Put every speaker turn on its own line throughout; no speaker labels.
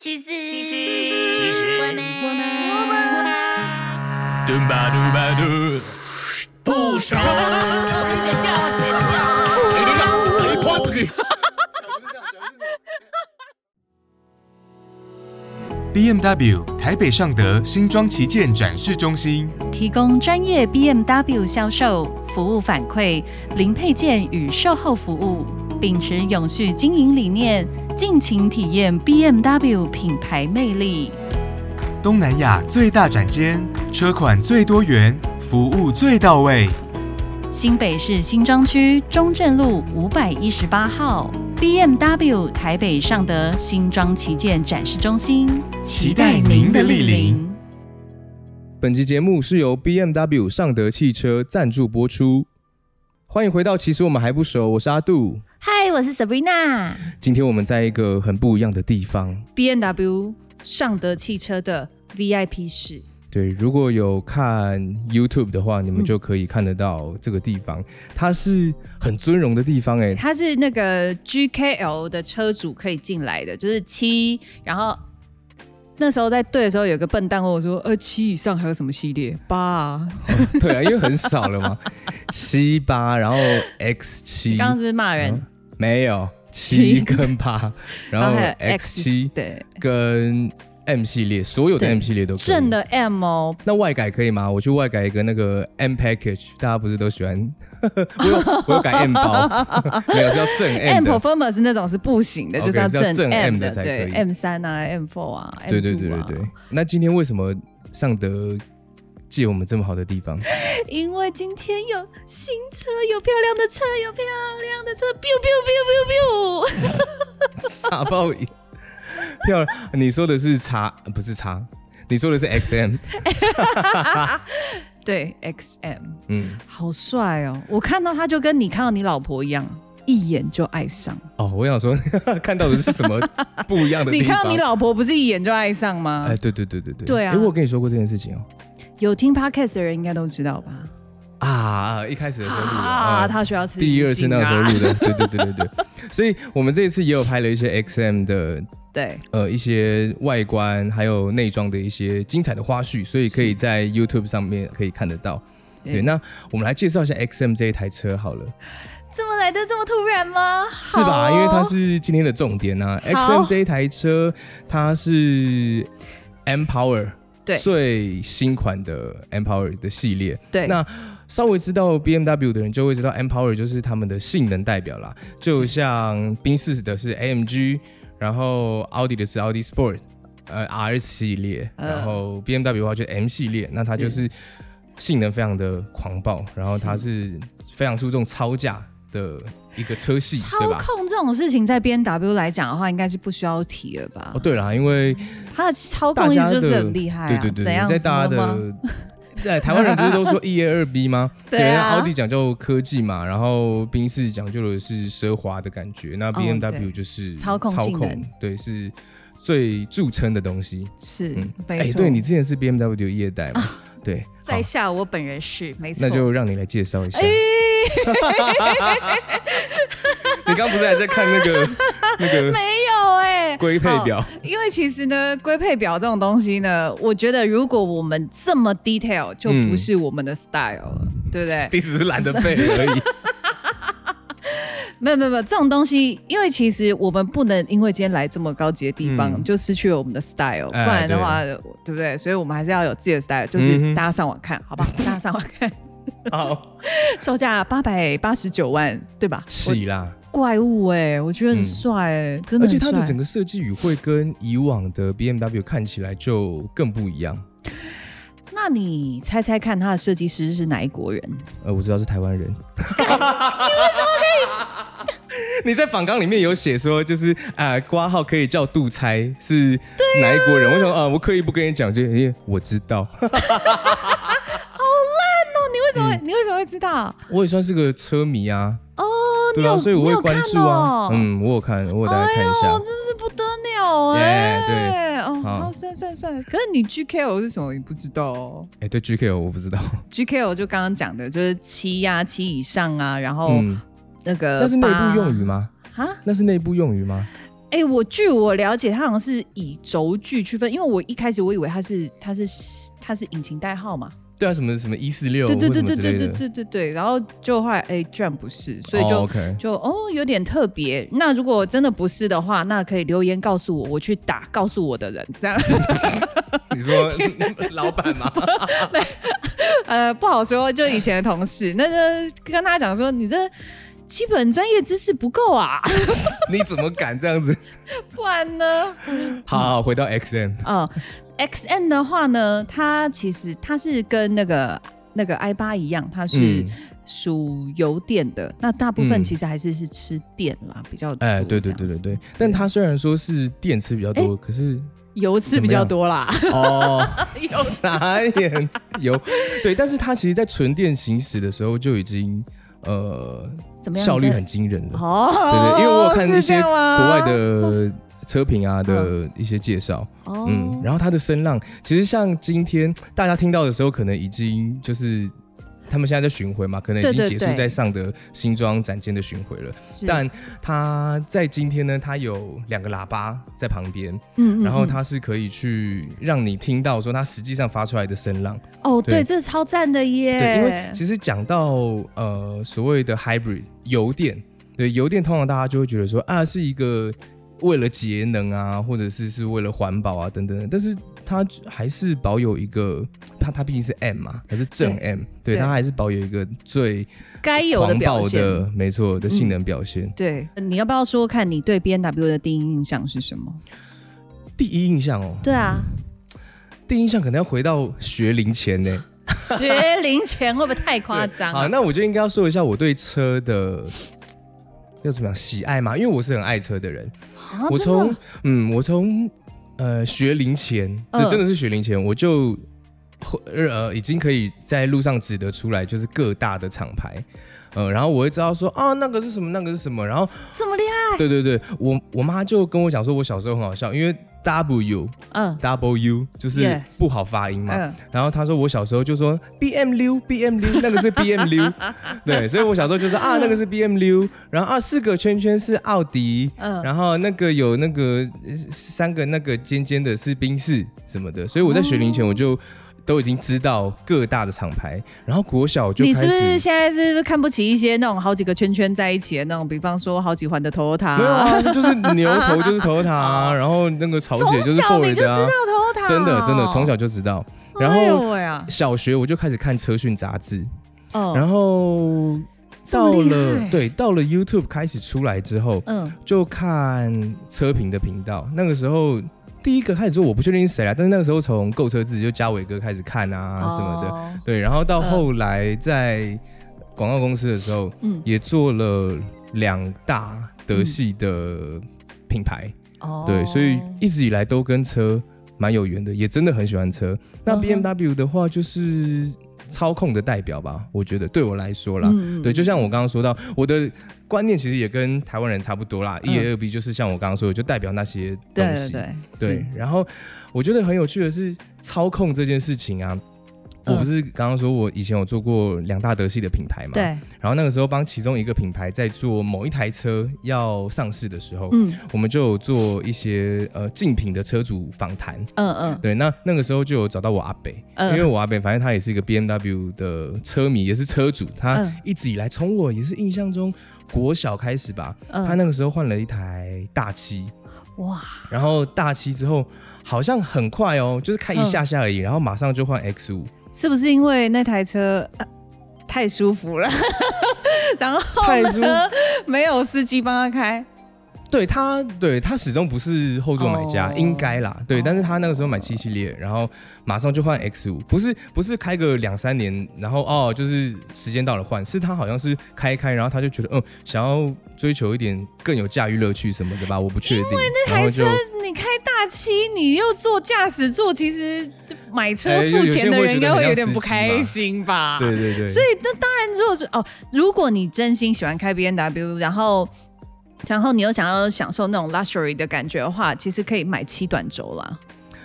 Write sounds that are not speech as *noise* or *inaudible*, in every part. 其实，
其实
我们，
我们
嘟吧嘟吧嘟，不熟。
剪掉，剪掉。
BMW 台北尚德新装旗舰展示中心，
提供专业 BMW 销售服务反馈、零配件与售后服务，秉持永续经营理念，尽情体验 BMW 品牌魅力。
东南亚最大展间，车款最多元，服务最到
*laughs*
位。
新北市新庄区中正路五百一十八号 BMW 台北尚德新庄旗舰展示中心，
期待您的莅临。
本集节目是由 BMW 尚德汽车赞助播出。欢迎回到，其实我们还不熟，我是阿杜。
嗨，我是 Sabrina。
今天我们在一个很不一样的地方。
B N W 尚德汽车的 V I P 室，
对，如果有看 YouTube 的话，你们就可以看得到这个地方，它是很尊荣的地方
*laughs*
哎、
它是那个 G K L 的车主可以进来的，就是七，然后。那时候在对的时候，有个笨蛋问我说：“呃，七以上还有什么系列？八、啊？
对啊，因为很少了嘛，七八，然后 X 七，
刚刚是不是骂人？
嗯没有七
*laughs* 七
跟八，然后
还有
X 七
对，
跟 M 系列，所有的
对
M 系列都可以
正的 M 哦，
那外改可以吗？我去外改一个那个 M package，大家不是都喜欢？ *laughs* 我有我有改 M
*laughs*
包，没有是要正 M
M
的。
performance 那种是不行的，
OK，
就是要
是要正 M
M
的才可以
对 M 三啊，M four 啊，M
对对对对对。那今天为什么尚德借我们这么好的地方？ *laughs*
因为今天有新车，有漂亮的车，有漂亮的车，biu biu biu biu biu，
傻爆眼！漂亮，你说的是叉，不是叉，你说的是
*laughs*
XM。
*laughs* 对，XM
嗯，
好帅哦！我看到他就跟你看到你老婆一样，一眼就爱
*laughs*
上。
哦，我想说看到的是什么不一样的地
你
方？
看到你老婆不是一眼就爱上吗？
哎，对对对对对，
对啊
哎，我有跟你说过这件事情哦。
有听 podcast 的人应该都知道吧？
啊，一开始的时候录的
啊，
嗯
他需要吃
第二次那
银
个时
杏
候
啊
录的，对对对对对。 *laughs* 所以我们这一次也有拍了一些 XM 的
对，
呃一些外观，还有内装的一些精彩的花絮，所以可以在 YouTube 上面可以看得到。
对
对，那我们来介绍一下 XM 这一台车好了，
怎么来的这么突然吗？
是吧？
好哦
因为它是今天的重点啊。
好
XM 这一台车，它是 M Power
对
最新款的 M Power 的系列。
对
那稍微知道 BMW 的人就会知道 M Power 就是他们的性能代表啦，就像宾士的是 AMG，然后奥迪的是奥迪 Sport，呃 R 系列，
呃
然后 BMW 的话就是 M 系列，那它就是性能非常的狂暴，然后它是非常注重超价的一个车系，对
操
吧？
控这种事情在 B N W 来讲的话，应该是不需要提了吧？
哦，对啦，因为
他的操
大
控一
家的
直就是很厉害、啊，
对对对
怎样
对，在大家
怎么吗
的。嗯 *laughs* 在台湾人不是都说一 A 二 B 吗？
*laughs* 对啊
那奥迪讲究科技嘛，然后宾士讲究的是奢华的感觉，那
哦
B M
对
W 就是
操控性能
对，是最著称的东西。
是
嗯，
没
哎、
错、
对你之前是 B M W 的业代嘛？对，好
在，下我本人是没错，
那就让你来介绍一
哎
下。你刚不是还在看那
*laughs*
个那个
没有哎、
*laughs* 龟配表？
因为其实呢，规配表这种东西呢，我觉得如果我们这么 detail，就不是我
嗯
们的 style 了，对
*laughs*
不对？
你只是懒得背而已。
没有没有没有，这种东西，因为其实我们不能因为今天来这么高级的地方，
嗯
就失去了我们的 style，不
哎嗯
然的话，对不对？所以我们还是要有自己的 style，就是大家上网看，好吧？大家上网看，
好，
售价八百八十九万，对吧？我
起啦。
怪物哎、我觉得很
嗯
帅哎、真的
而
很
且
帅。
它的整个设计语汇跟以往的 BMW 看起来就更不一样。
那你猜猜看，他的设计师是哪一国人？
呃，我知道是台湾人。 *laughs* 你在访纲里面有写说，就是啊，挂、号可以叫杜猜是哪一国人？我想啊、我刻意不跟你讲，就因为我知道，
哦，你为什么会、你为什么会知道？
我也算是个车迷啊，
哦，你
对
有
啊，所以我会关注啊。
你有看哦、
嗯，我有看，我有大家看一
哎
下
呦，。真是不得了哎、
Yeah，对
哦，
好
好，算算算了。可是你 GKO 是什么？你不知道哦。
哎、对 GK 我不知道，
GKO 就刚刚讲的，就是七呀、七以上啊，然后
嗯，
那个
那是内
八
部用语吗？
啊，
那是内部用语吗？
哎、我据我了解，它好像是以轴距区分，因为我一开始我以为它是它是它是引擎代号嘛，
对啊，什么什么一四六，
对对
或
对对
什么之
对
类的
对对对对，然后就后来哎、居然不是，所以就、
哦 OK
就哦有点特别。那如果真的不是的话，那可以留言告诉我，我去打告诉我的人，这样 *laughs*
你说老板吗？
呃不好说，就以前的同事，那个跟他讲说你这。基本专业知识不够啊，
*laughs*
*laughs*
你怎么敢这样子？
不然呢？
好好，回到 XM，
嗯，XM 的话呢，它其实它是跟那个那个 i 八一样，它是
嗯
属油电的。那大部分
嗯
其实还是是吃电啦，比较多
哎，对
哦
对
这样子
对对对，但它虽然说是电池比较多，可是
油吃比较多啦。 *laughs*
哦，傻眼油，对，但是它其实在纯电行驶的时候就已经呃
怎么
*laughs*
样？
效率很惊人了，
哦，
对对，因为我有看一
是这
些
样
国
吗嗯
外的车评啊的一些介绍，
哦，
嗯，然后它的声浪，其实像今天大家听到的时候，可能已经就是他们现在在巡回嘛，可能已
对
经
对
结束
对
在上的新庄展间的巡回了。
是嗯
但它在今天呢，它有两个喇叭在旁边，
嗯嗯
然后
嗯
它是可以去让你听到说它实际上发出来的声浪。
哦，对，
对
这超赞的耶。
对，因为其实讲到呃所谓的 hybrid 油电，对油电通常大家就会觉得说啊是一个为了节能啊，或者是是为了环保啊等等的，但是它还是保有一个它它毕竟是 M 嘛，它是正 M，对
对
它还是保有一个最
该有的
环
表
保
现。嗯
的没错的性能表现。
对，你要不要说说看你对 B N W 的第一印象是什么？
第一印象哦，*laughs*
对啊，
第一印象可能要回到学龄前呢、
学龄前会不会太夸张
好，
啊？
那我就应该要说一下我对车的要怎么样喜爱嘛，因为我是很爱车的人。
啊
哦
我
真的
从嗯，我从呃学龄前，这、
嗯
真的是学龄前，我就会呃已经可以在路上指得出来，就是各大的厂牌，呃，然后我会知道说啊那个是什么，那个是什么，然后
这么厉害？
对对对，我我妈就跟我讲说，我小时候很好笑，因为 W
嗯
W 就是
Yes
不好发音嘛。
嗯，
然后他说我小时候就说 B M 六 B M 六那个是 B M
*laughs*
六，对，所以我小时候就说啊那个是 B M 六，然后啊四个圈圈是奥迪，
嗯
然后那个有那个呃三个那个尖尖的是宾士什么的，所以我在学龄前我就都已经知道各大的厂牌，然后国小我就
你
开
是不是
始。
现在是不是看不起一些那种好几个圈圈在一起的那种，比方说好几环的 Toyota？、
没有啊，就是牛头就是头塔、
*laughs*
啊，然后那个草
哦从
姐就是
小你
Ford
就知
的啊
道，Toyota，
真的真的从小就知道。然
哎呦
后
喂啊，
小学我就开始看车讯杂志，
哦，
然后
这
到
么厉
了
害
对，到了 YouTube 开始出来之后，
嗯，
就看车评的频道。那个时候第一个开始做，我不确定是谁啦，但是那个时候从购车志就嘉伟哥开始看啊
哦
什么的，
的，
对，然后到
嗯
后来在广告公司的时候，
嗯，
也做了两大德系的品牌，
哦
对，所以一直以来都跟车蛮有缘的，也真的很喜欢车。那
嗯
B
哼
M W 的话，就是操控的代表吧，我觉得对我来说啦，
嗯嗯
对，就像我刚刚说到，我的观念其实也跟台湾人差不多啦。
嗯
一 A 二 B 就是像我刚刚说的，就代表那些东
对对
西。
对
对
是，
然后我觉得很有趣的是操控这件事情啊。
嗯
我不是刚刚说，我以前有做过两大德系的品牌嘛？。
对，
然后那个时候帮其中一个品牌在做某一台车要上市的时候，
嗯
我们就有做一些呃竞品的车主访谈。
嗯嗯，
对，那那个时候就有找到我阿北，
嗯
因为我阿北反正他也是一个 B M W 的车迷，也是车主，他
嗯
一直以来从我也是印象中国小开始吧，
嗯
他那个时候换了一台大七，
哇，
然后大七之后好像很快哦，就是
嗯
开一下下而已，然后马上就换 X 五，
是不是因为那台车、呃太舒服了， *laughs* 然后
太舒
呢没有司机帮他开？
对他，对他始终不是后座买家，
哦
应该啦，对。但是他那个时候买七系列，然后马上就换 X 五，不是不是开个两三年，然后哦，就是时间到了换，是他好像是开一开，然后他就觉得嗯，想要追求一点更有驾驭乐趣什么的吧，我不确定。
那
然
台
后就
车你开大七，你又坐驾驶座，其实就买车
哎有
付钱的人应该会有
有些人会觉得很像
点不开心吧？
对对对，
所以那当然，如果说哦，如果你真心喜欢开 B N W，然后然后你又想要享受那种 luxury 的感觉的话，其实可以买七短轴啦。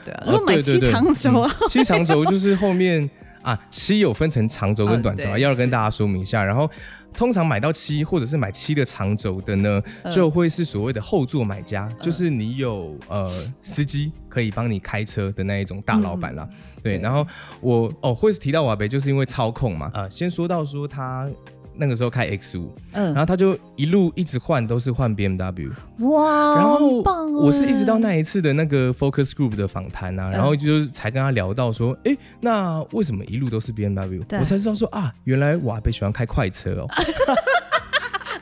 对啊，
哦
如果买
对对
七
对
长轴啊，
嗯七长轴就是后面 *laughs* 啊，七有分成长轴跟短轴、
嗯
啊，
对
要跟
是
大家说明一下。然后通常买到七或者是买七的长轴的呢，
嗯
就会是所谓的后座买家，就是你有呃司机可以帮你开车的那一种大老板啦。
嗯
对，然后我哦会提到瓦贝，就是因为操控嘛。呃，先说到说他。那个时候开 X 五，然
嗯，
后他就一路一直换，都是换 BMW。
哇，
然后
很
啊
棒哦
我是一直到那一次的那个 Focus Group 的访谈啊，然后就是才跟他聊到说，哎、那为什么一路都是 B M W？
对
我才知道说啊，原来我阿伯喜欢开快车哦。 *laughs*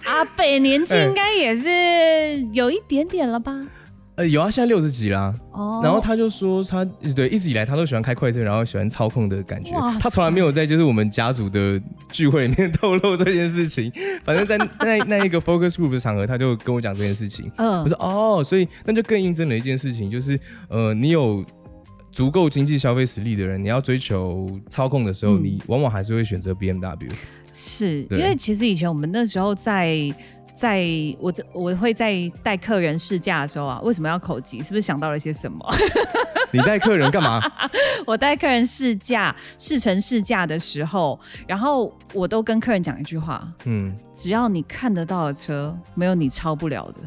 阿北年纪应该也是有一点点了吧？
呃，有啊，现在六十几啦。
哦，
然后他就说他对一直以来他都喜欢开快车，然后喜欢操控的感觉
哇塞。
他从来没有在就是我们家族的聚会里面透露这件事情。反正在那那那一个 Focus Group 的场合，他就跟我讲这件事情。
嗯
我说哦，所以那就更印证了一件事情，就是呃，你有足够经济消费实力的人，你要追求操控的时候，
嗯
你往往还是会选择 B M W。
是因
对
为其实以前我们那时候在在我在我会在带客人试驾的时候啊，为什么要口技？是不是想到了些什么？
你带客人干嘛？ *laughs*
我带客人试驾试乘试驾的时候，然后我都跟客人讲一句话：
嗯，
只要你看得到的车，没有你超不了的。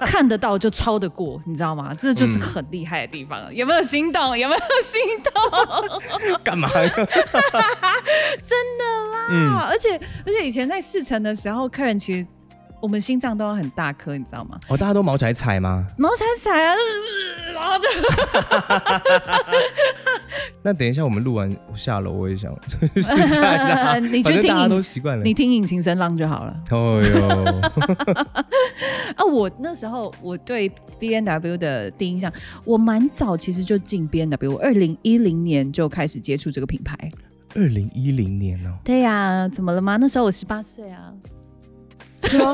看得到就超得过，你知道吗？这就是很厉害的地方。有没有心动？有没有心动？ *laughs*
干嘛？ *laughs*
真的啦！而且而且以前在试乘的时候，客人其实我们心脏都要很大颗，你知道吗？
哦，大家都毛起来踩吗？
毛才踩啊，呃然后就
那等一下我们录完我下楼，我也想 *laughs* 试驾一下。
*laughs* 你去
反正
听
大家
影
都习惯了
你。听引擎声浪就好了。
哦哟，
啊，我那时候我对 B N W 的第一印象，我蛮早其实就进 B N W，我二零一零年就开始接触这个品牌。
二零一零年哦，
对呀、怎么了吗？那时候我十八岁啊，
是吗？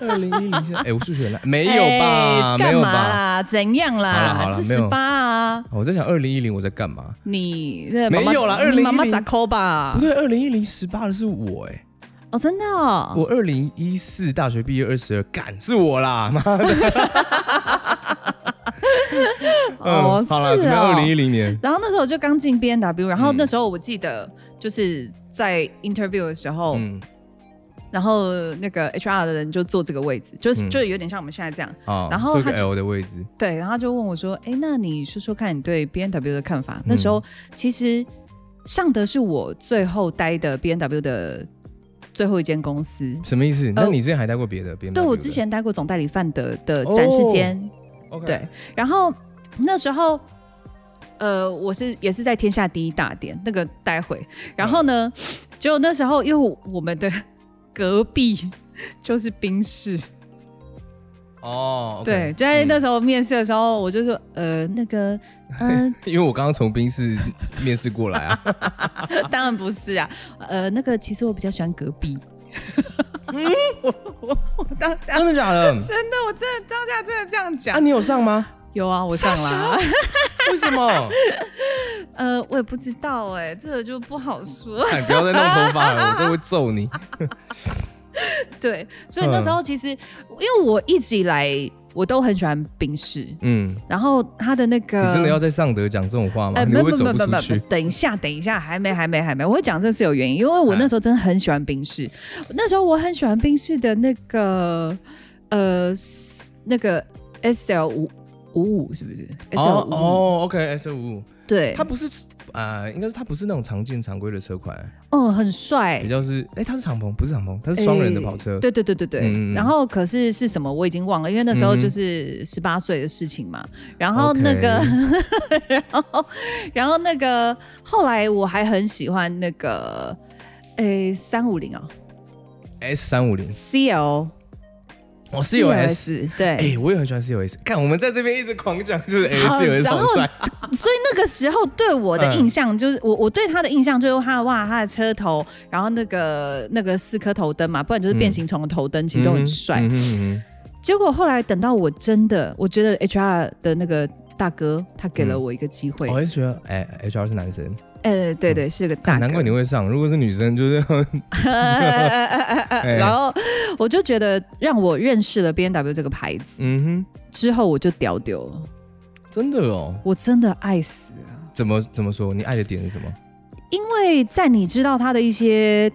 二零一零年，哎，我数学很烂没有吧？
哎
没
干
有
嘛
吧？
啦？怎样
好啦
啦
好？啦
这
没
十
有
八啊，
我在想二零一零我在干嘛？
你这
没
妈妈
有啦
你妈妈
2010
咋抠吧
不？对，二零一零十八的是我哎、
哦，真的哦，
我二零一四大学毕业二十二，干是我啦，妈的！
哦
嗯好了，
是
怎么样？
哦
二零一零年，
然后那时候我就刚进 B N W，然后
嗯
那时候我记得就是在 interview 的时候，
嗯，
然后那个 H R 的人就坐这个位置，就是、
嗯
就有点像我们现在这样，
好，
然后
这
他
个 L 的位置，
对，然后他就问我说：“哎，那你说说看你对 B N W 的看法？”那时候其实尚德是我最后待的 B N W 的最后一间公司，
什么意思？那你之前还带过别的？别
呃对我之前待过总代理范德的展示间，对，然后那时候。呃，我是也是在天下第一大店那个待会，然后呢，结果那时候因为我们的隔壁就是冰室，
哦，OK，
对，就在那
嗯
时候面试的时候，我就说，呃，那个， *laughs* 呃，
因为我刚刚从宾士面试过来
*laughs*
啊，
当然不是啊，呃，那个其实我比较喜欢隔壁。我我我当下
真的假的？
真的，我真的当下真的这样讲。
啊，你有上吗？
有啊，我上啦。
为什么？
*laughs* 呃，我也不知道哎、这个就不好说。
哎，不要再弄头发了，我真的会揍你。
对，所以那时候其实，因为我一直以来我都很喜欢冰室，
嗯，
然后他的那
你
个
真的要在上德讲这种话吗？
哎，
你
没
会
有
不会
没有
走
没有
不
没有
出
没有
去？
等一下，等一下，还没还没还没，我讲这是有原因，因为我那时候真的很喜欢冰室，那时候我很喜欢冰室的那个呃那个 S L 五五五是不是？S
哦
L 五五
哦，OK S 五五。
对
它，不是呃，应该说它不是那种常见常规的车款，
哦，很帅
比。较是哎、它是敞篷，不是敞篷，它是双人的跑车。
哎对对对对对。
嗯嗯嗯
然后可是是什么我已经忘了，因为那时
嗯
候
哼
就是十八岁的事情嘛。然后那个 *laughs* 然后然后那个后来我还很喜欢那个诶三五零哦
S 三五零，
C L
哦 C O S。
对。
哎、我也很喜欢 C O S。看我们在这边一直狂讲，就是哎
好
C O S
然
好
后
帅。
所以那个时候对我的
嗯
印象就是，我我对他的印象就是他哇，他的车头，然后那个那个四颗头灯嘛，不然就是变形虫的头灯，其实都很帅。
嗯哼嗯
结果后来等到我真的，我觉得 HR 的那个大哥，他给
嗯
了我一个机会
哼。我。也觉得哎 H R 是男生，
呃，对对，是个大
看
哥。
嗯难
*laughs*
怪你会上。如果是女生，就是 *laughs* 哎
然后我就觉得让我认识了 B N W 这个牌子
嗯
之后，我就屌屌了，
哼，真的哦。
我真的爱死了。
怎么怎么说？你爱的点是什么？
因为在你知道它的一些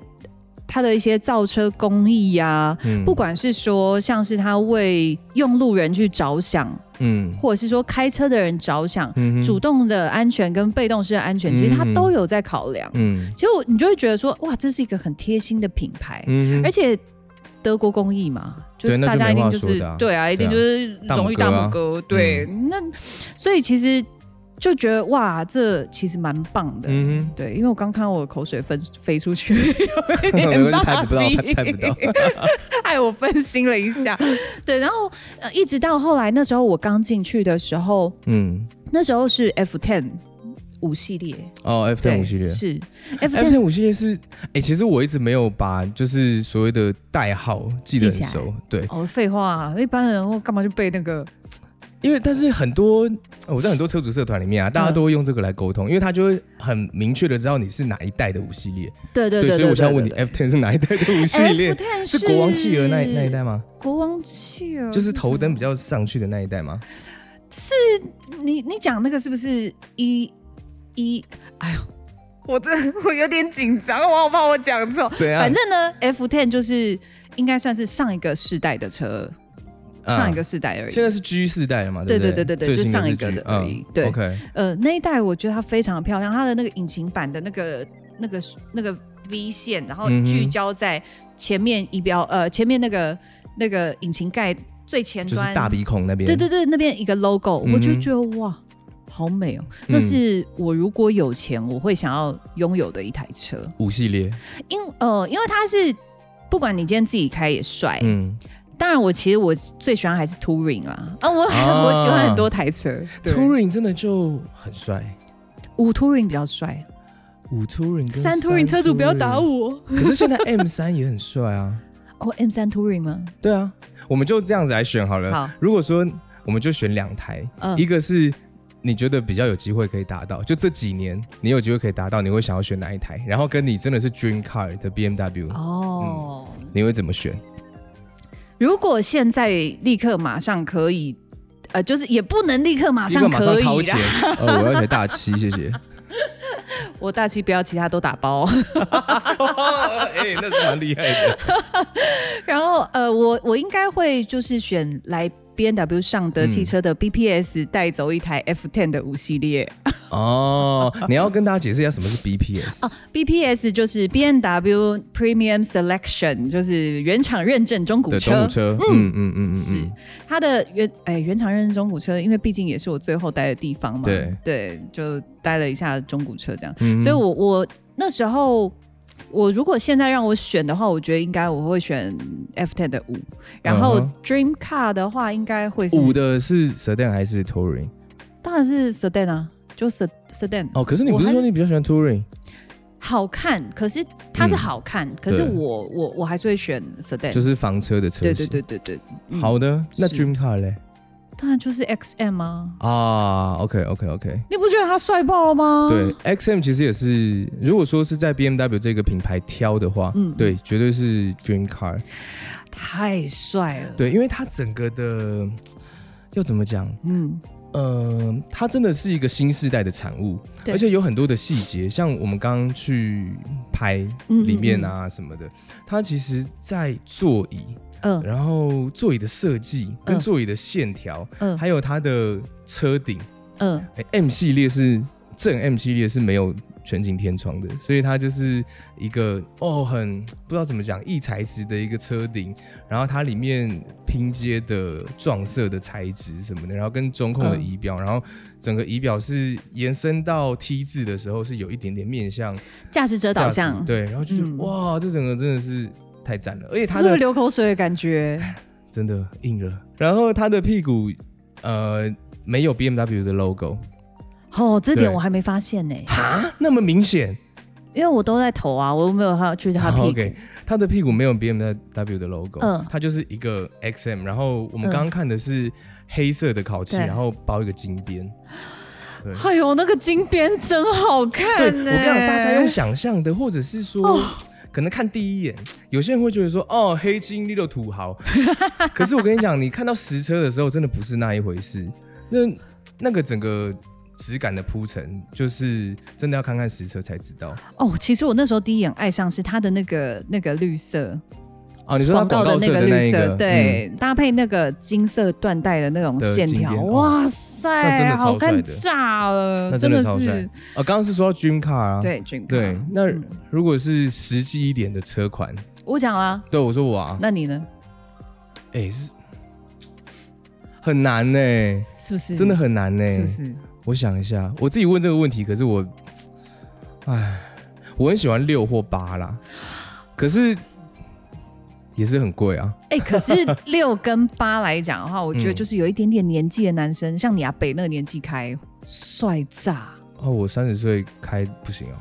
它的一些造车工艺呀、
嗯
不
不管是说像是它为用路人去着想，
嗯
或者是说开车的人着想，
嗯哼
主动的安全跟被动式的安全，其实它
嗯
都有在考量。
嗯
结果你就会觉得说，哇，这是一个很贴心的品牌，
嗯哼
哎而且德国工艺嘛，就
对那就
大家一定就
没话说
是
的啊
对啊，一定就是荣誉
大拇
大
哥啊
拇哥，对，那所以其实就觉得哇，这其实蛮棒的。
嗯哼。
对，因为我刚看我的口水分飞出去，有
*laughs* 没
点
关系
大
拍不
*laughs*
到
滴
拍拍不到
害我分心了一下。对，然后呃，一直到后来那时候我刚进去的时候，
嗯，
那时候是 F Ten 五系列，
哦，F
对，
Ten 五系列
是
，F
F Ten
Ten 五系列是，哎、其实我一直没有把就是所谓的代号记得
记
很
起来
熟，对，
哦，废话、一般人我干嘛去背那个？
因为但是很多呃我在很多车主社团里面啊，大家
嗯
都会用这个来沟通，因为他就会很明确的知道你是哪一代的五系列，
对对对
所以我
对
想
对
问你
对对。
，F Ten 是哪一代的五系
F
列？*laughs*
Ten
是国王企鹅那一那一代吗？
国王企鹅
就是头灯比较
较。
上去的那一代吗？
你你讲那个是不是一一？哎呦，我这我有点紧张，我好怕我讲错。
怎样？
反正呢，F Ten 就是应该算是上一个世代的车，
啊
上一个世代而已
现。在是 G 世代了嘛？
对
不对
对对对对
最新
就上
是
一个
G，
的而已
嗯
对
OK，
呃，那一代我觉得它非常漂亮，它的那个引擎版的那个那个那个 V 线，然后
嗯哼
聚焦在前面仪表、呃前面那个那个引擎盖最前
就
端，
是大鼻孔那边。
对对对，那边一个 logo，、
嗯哼嗯
我就觉得哇，好美哦！那是我如果有钱，我会想要拥有的一台车，
五系列，
因呃，因为它是不管你今天自己开也帅，
嗯，
当然我其实我最喜欢还是 Touring 啊，啊我、
啊
*laughs* 我喜欢很多台车对
Touring 真的就很帅，
五 Touring 比较帅，
五 Touring 跟
三 Touring 车主不要打。我
可是现在 M 三也很帅啊，
*laughs* 哦，M 三 Touring 吗？
对啊，我们就这样子来选好了。
好，
如果说我们就选两台，
嗯
呃一个是你觉得比较有机会可以达到，就这几年你有机会可以达到，你会想要选哪一台？然后跟你真的是 dream car 的 BMW，、
哦。
你会怎么选？
如果现在立刻马上可以，呃，就是也不能立刻马
一个
上
马上
可
掏
以
钱
啦。，
呃，我要一台大七，谢
*laughs*
谢。
我大七不要，其他都打
*laughs*
包。
哎、那是蛮厉害的。
然后呃，我我应该会就是选来 B N W 上德汽车
嗯
的 BPS 带走一台 F Ten 的五系列。
哦，你要跟大家解释一下什么是 BPS 哦
BPS 就是 B N W Premium Selection，就是原厂认证中古
的
车。
中古车，嗯嗯嗯嗯嗯，
是它的原哎原厂认证中古车，因为毕竟也是我最后待的地方嘛。
对
就待了一下中古车这样。
嗯
所以我我那时候。我如果现在让我选的话，我觉得应该我会选 F10 的五，然后
嗯
Dream Car 的话应该会是
五的是 sedan 还是 touring？
当然是 sedan 啊，就 sed- sedan。
哦，可是你不是说你比较喜欢 touring？
好看，可是它是好看，可是
嗯对
我我我还是会选 sedan。
就是房车的车
对
型。
对对对对，嗯
好的，那
是
dream car 嘞？
当然就是 XM 啊，
啊，OK OK OK。
你不觉得他帅爆了吗？
对，XM 其实也是，如果说是在 BMW 这个品牌挑的话，
嗯
对，绝对是 Dream Car。
太帅了。，
对，因为它整个的要怎么讲，
嗯，
呃，它真的是一个新时代的产物，
对
而且有很多的细节，像我们刚刚去拍
嗯
里面啊什么的，它其实在座椅，
嗯
然后座椅的设计跟
嗯
座椅的线条，
嗯
还有它的车顶，
嗯，
哎、m 系列是正 M 系列是没有全景天窗的，所以它就是一个哦，很不知道怎么讲异材质的一个车顶，然后它里面拼接的撞色的材质什么的，然后跟中控的
嗯
仪表，然后整个仪表是延伸到 T 字的时候是有一点点面向
驾驶者
驾
导
驶
向，，
对，然后就是、
嗯
哇，这整个真的是太赞了，而且
是
它
不是
的
流口水的感觉？
真的硬了，然后它的屁股呃没有 BMW 的 logo
哦，这点
对
我还没发现呢，
哈，那么明显。
因为我都在投啊，我又没有他去他屁
OK，
股。
他的屁股没有 BMW 的 logo，
嗯
它就是一个 XM。然后我们
嗯
刚刚看的是黑色的烤漆，
对
然后包一个金边。对，
哎呦，那个金边真好
对
看
我
呢！哦
跟你讲，大家用想象的，或者是说。可能看第一眼，有些人会觉得说，哦，黑金绿的土豪。 *laughs* 可是我跟你讲，你看到实车的时候，真的不是那一回事。那那个整个质感的铺陈，就是真的要看看实车才知道。
哦，其实我那时候第一眼爱上是它的那个那个绿色
哦，你说它
广告的那
色的
绿
一
色，
个，嗯
对，搭配那个金色缎带的那种
的
线
经
条，
典哦
哇
那真
塞，
的超
好看
帅的
炸了，
那真的超帅
是。
啊，刚刚是说到 dream car 啊，
对 d r
对，那如果是实际一点的车款，
我讲了，
对我说我啊，
那你呢？
哎、是很难呢、
是不是
真的很欸难呢、
是不是？
我想一下，我自己问这个问题，可是我，唉，我很喜欢六或八啦，可是也是很贵啊。
哎、可是六跟八来讲的话，我觉得
嗯
就是有一点点年纪的男生，像你阿北那个年纪开，帅炸，
哦，我三十岁开不行哦，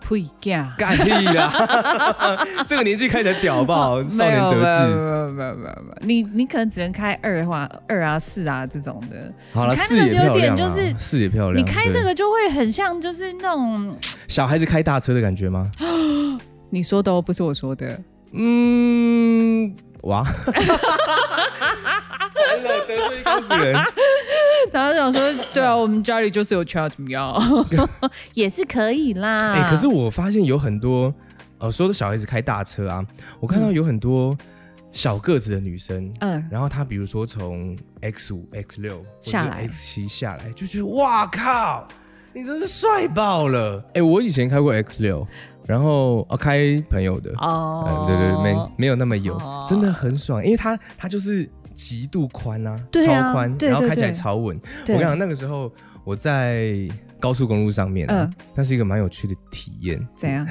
呸呀！
干屁啦！ *laughs* 这个年纪开起来屌好不
*laughs*
好？少年得
没
志。
有没有没有没有没有，你你可能只能开二话二啊四啊这种的，
好了，
你开
视
那
野
个
漂
有点
亮
就
啊
是，
视野漂亮。
你开那
对
个就会很像就是那种，
小孩子开大车的感觉
*gasps*
吗？
你说的哦，不是我说的，
嗯，哇， *laughs* 完了，得罪一公子人。
*laughs* 然后想 *laughs* 说，对啊，我们家里就是有钱啊，怎么 *laughs* 样，也是可以啦。
哎、可是我发现有很多，呃，说的小孩子开大车啊，我看到有很多小个子的女生，
嗯，
然后她比如说从 X 五、X 六
下来
X 七下来，就觉得哇靠，你真是帅爆了！哎、我以前开过 X 六，然后啊开朋友的，嗯，
哦、
对对，对没没有那么油，
哦
真的很爽，因为它它就是极度宽啊，
对啊
超宽，
对
然后
对
开起来
对
超稳。我跟
对
你讲，那个时候我在高速公路上面、啊，
嗯
那是一个蛮有趣的体验。
怎
*laughs*
样？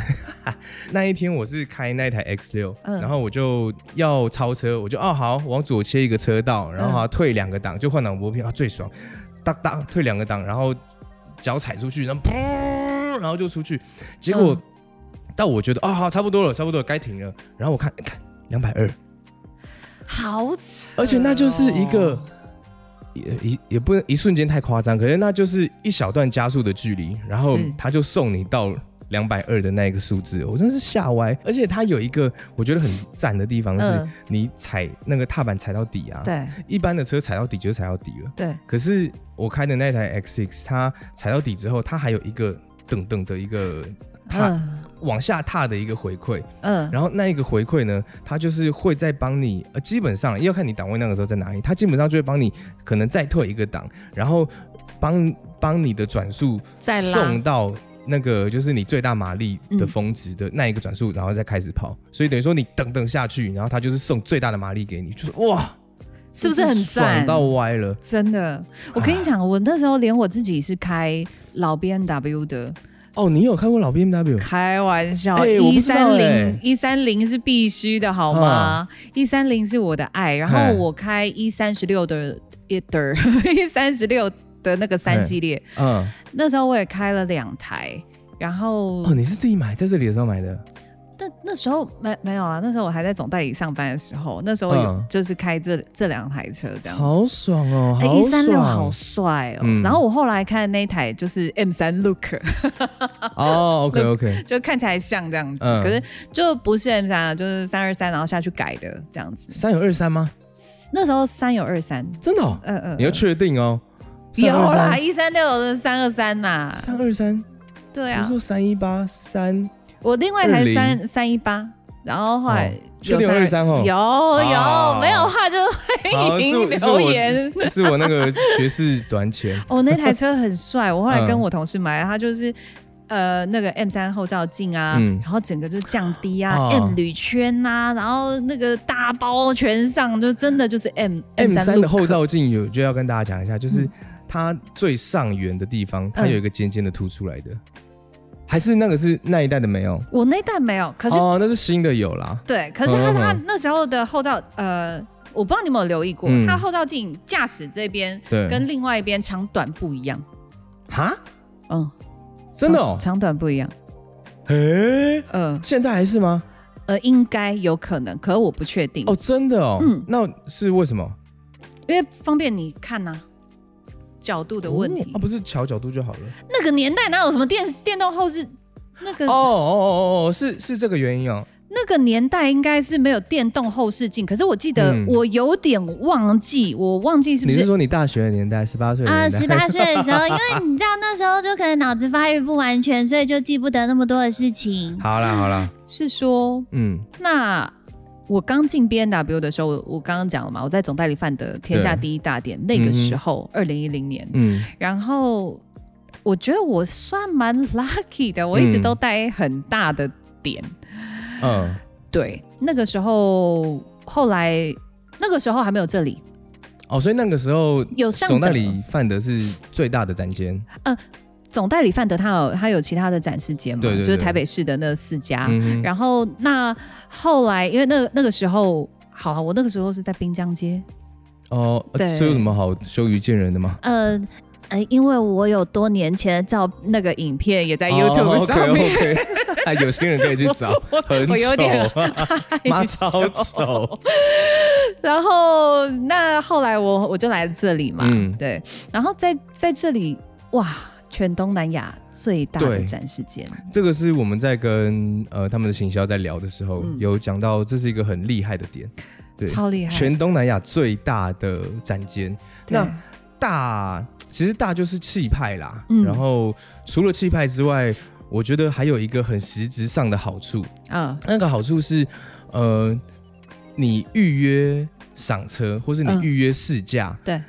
那一天我是开那一台 X 六、
嗯
然后我就要超车，我就哦好，往左切一个车道，然后
嗯
啊退两个档，就换挡拨片啊最爽，当当退两个档，然后脚踩出去，然后砰，然后就出去，结果、
嗯
到我觉得哦好差不多了，差不多了该停了，然后我看哎看两百二，
好扯哦、
而且那就是一个。也也也不能一瞬间太夸张，可是那就是一小段加速的距离，然后
是
他就送你到两百二的那一个数字，我真是吓歪。而且它有一个我觉得很赞的地方是
嗯，
你踩那个踏板踩到底啊，
对
一般的车踩到底就踩到底了。
对，
可是我开的那台 X6，它踩到底之后，它还有一个等等的一个踏、
嗯
往下踏的一个回馈，
嗯，
然后那一个回馈呢，它就是会再帮你，呃，基本上要看你档位那个时候在哪里，它基本上就会帮你可能再退一个档，然后帮帮你的转速
再拉嗯
送到那个就是你最大马力的峰值的那一个转速，然后再开始跑。所以等于说你等等下去，然后它就是送最大的马力给你，就是哇，
是不是很
爽
赞？
到歪了？
真的，我跟你讲，我那时候连我自己是开老 B N W 的，
哦，你有开过老 BMW？
开玩笑，
哎我
一
不知道
三零
哎
一三零是必须的好吗？一三零是我的爱，然后
嗨
我开一三十六的一的一 *laughs* 三十六的那个三
嗨
系列，
嗯，
那时候我也开了两台，然后
哦，你是自己买，在这里的时候买的？
那那时候没没有啊，那时候我还在总代理上班的时候，那时候有
嗯
就是开这、这两台车这样。
好爽哦，
嗯哎，
好
一三六
爽
好帅哦！
嗯
然后我后来看那一台就是 M 三 Look， *laughs*
哦！OK OK，
就看起来像这样子，
嗯
可是就不是 M 三啊，就是三二三，然后下去改的这样子。
三有二三吗？
那时候三有二三，
真的、哦？
嗯嗯，
你要确定哦。
有啦，
323
一三六的三二三嘛，
三二三，
对
不是
啊，
说三一八三
我另外一台
20
三三一八，然后后来
哦确定有
323
23哦
有
哦
有没有的话就
好
欢
是
迎
我是我
留言。
*laughs* 是我那个学士短浅
哦，
*laughs*
那台车很帅，我后来跟
嗯
我同事买，它就是。呃，那个 M 三后照镜啊，
嗯
然后整个就降低啊、
哦
m 铝圈呐、啊，然后那个大包全上，就真的就是 *laughs* M，M M 嗯
M 三的
look
后照镜有就要跟大家讲一下，就是它最上缘的地方，
嗯
它有一个尖尖的凸出来的，还是那个是那一代的没有？
我那一代没有，可是、
哦，那是新的有啦。
对，可是他
嗯嗯嗯
他那时候的后照，呃，我不知道你有没有留意过，
嗯
他后照镜驾驶这边
对，
跟另外一边长短不一样，
哈，
嗯，
真的哦
长，长短不一样，
诶，
嗯
现在还是吗？
呃，应该有可能，可我不确定，
哦，真的哦，
嗯
那是为什么
因为方便你看呐、角度的问题
哦啊，。不是调角度就好了。
那个年代哪有什么电电动后视？那个、
哦哦哦哦哦，是是这个原因哦。
那那个年代应该是没有电动后视镜，可是我记得
嗯
我有点忘记，我忘记是不
你是
是？
说你大学的年代，十八岁的
啊，
年代？
十八岁的时候，因为你知道那时候就可能脑子发育不完全，所以就记不得那么多的事情。
好啦好啦，
是说
嗯，
那我刚进 B N W 的时候，我我刚刚讲了嘛，我在总代理范的天下第一大店那个时候，二零一零年，
嗯，
然后我觉得我算蛮 lucky 的，我一直
嗯
都待很大的点。
嗯，
对，那个时候后来那个时候还没有这里
哦，所以那个时候
有上
总
的
代理范德是最大的展间，
总代理范德他有他有其他的展示间嘛，
对对对
就是台北市的那四家。
嗯
然后那后来因为那那个时候。好啊了，我那个时候是在滨江街，
后哦，呃
对
所以有什么好羞于见人的吗？
呃
呃，因为我有多年前的照那个影片
哦
也在 YouTube 上面，
面，
*laughs*
啊，有些人可以去找，很
我有点
丑啊，妈超丑，
然后那后来我我就来这里嘛，
嗯
对，然后在在这里哇，全东南亚最大的
对
展示间，
这个是我们在跟呃他们的行销在聊的时候，
嗯
有讲到这是一个很厉害的点，对，
超厉害，
全东南亚最大的展间。
对
那大其实大就是气派啦，
嗯
然后除了气派之外，我觉得还有一个很实质上的好处，
啊
那个好处是，呃，你预约赏车，或是你
嗯
预约试驾，
对，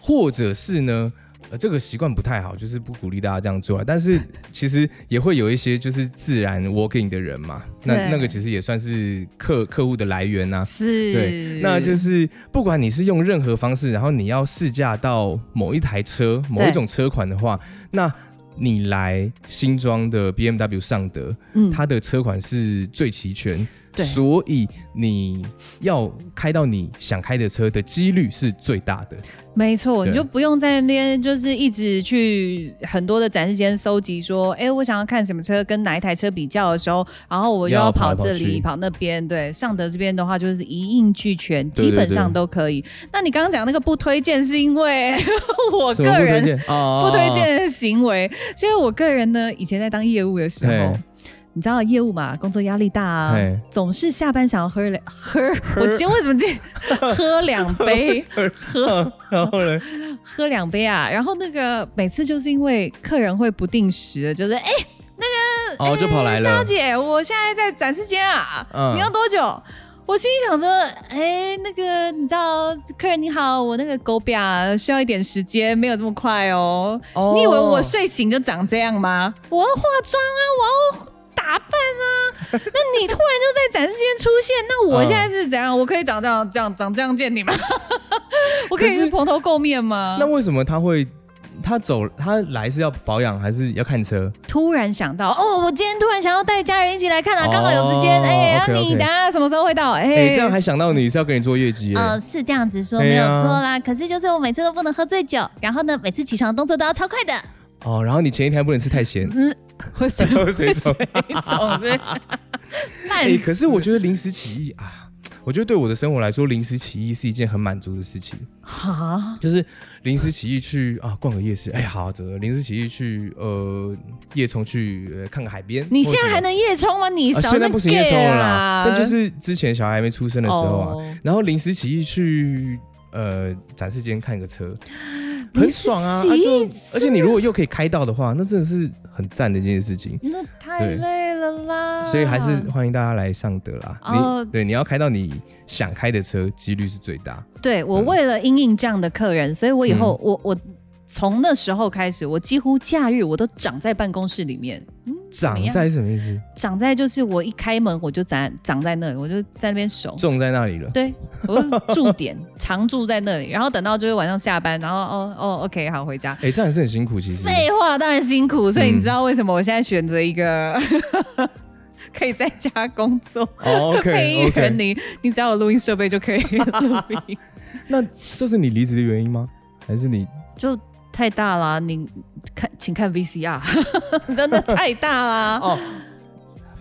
或者是呢，呃，这个习惯不太好，就是不鼓励大家这样做啊。但是其实也会有一些就是自然 walking 的人嘛，那
对
那个其实也算是客客户的来源啊呐、
是，
对那就是不管你是用任何方式，然后你要试驾到某一台车、某一
对
种车款的话，那你来新庄的 BMW 尚德，
嗯
它的车款是最齐全，
对
所以你要开到你想开的车的几率是最大的。
没错，
对
你就不用在那边就是一直去很多的展示间搜集说，哎、我想要看什么车跟哪一台车比较的时候，然后我又
要
要
跑
跑
来跑
这里
去
跑那边，对，尚德这边的话就是一应俱全，
对
基本上
对
都可以。那你刚刚讲那个不推荐，是因
*laughs*
为我
什
个
么不推
人
荐 *laughs* 啊
不推荐的行为，是因为我个人呢以前在当业务的时候
嘿。
你知道业务嘛，工作压力大啊
嘿，
总是下班想要喝
*laughs*
两喝，我今天为什么今天喝两杯？
喝，然后呢？
喝两杯啊，然后那个每次就是因为客人会不定时的，就是哎，
哦，就跑来
莎
了。
姐，我现在在展示间啊，
嗯
你要多久？我心里想说，哎，那个你知道，客人你好，我那个狗表啊需要一点时间，没有这么快哦。
哦
你以为我睡醒就长这样吗？我要化妆啊，我要打扮啊。
*laughs*
那你突然就在展示间出现，那我
嗯
现在是怎样？我可以长这样、这样、长这样见
*laughs*
你吗？我可以
可是
是蓬头垢面吗？
那为什么他会？他走，他来是要保养还是要看车？
突然想到，哦，我今天突然想要带家人一起来看啊，刚好有时间，
哦
哎、啊
OK，OK
你等下什么时候会到？哎、
哎、这样还想到你是要跟你做业绩、哎
呃，是这样子说
哎
没有
呀
错啦，可是就是我每次都不能喝醉酒，然后呢，每次起床动作都要超快的。
哦，然后你前一天还不能吃太咸。
嗯，会水
会水肿
会水肿
*laughs*
是慢
哎、
死
可是我觉得临时起意啊，我觉得对我的生活来说，临时起意是一件很满足的事情。
哈，
就是临时起意去啊逛个夜市，哎、好，走了。临时起意去呃夜冲去、呃、看个海边。
你现在还
能、
能夜冲吗？你
啊？
少
现在
那
不行夜冲
gay
了
啦
啦，但就是之前小孩还没出生的时候啊，
哦
然后临时起意去呃展示间看个车，很爽啊！
临
啊
时起
就
意
而且你如果又可以开到的话，那真的是很赞的一件事情。
那太
对
累了啦，
所以还是欢迎大家来上德啦。
嗯哦
你对你要开到你想开的车，几率是最大。
对我为了因应这样的客人，所以我以
嗯
后、我我从那时候开始，我几乎假日我都长在办公室里面，
长
么样
在是什么意思？
长在就是我一开门我就长长在那里，我就在那边守。
种在那里 *laughs* 了。
对，我就驻点常住在那里，然后等到就是晚上下班，然后哦哦，OK，好回家。
哎、这样也是很辛苦，其实。
废话，当然辛苦，所以
嗯
你知道为什么我现在选择一个 *laughs* 可以在家工作、
哦
*laughs*
OK，
配音
OK
员，你你只要有录音设备就
*laughs*
可以录音，
那这是你离职的原因吗？还是你
就太大啦，你看，请看 VCR，真 *laughs* 的太大啦。啊
哦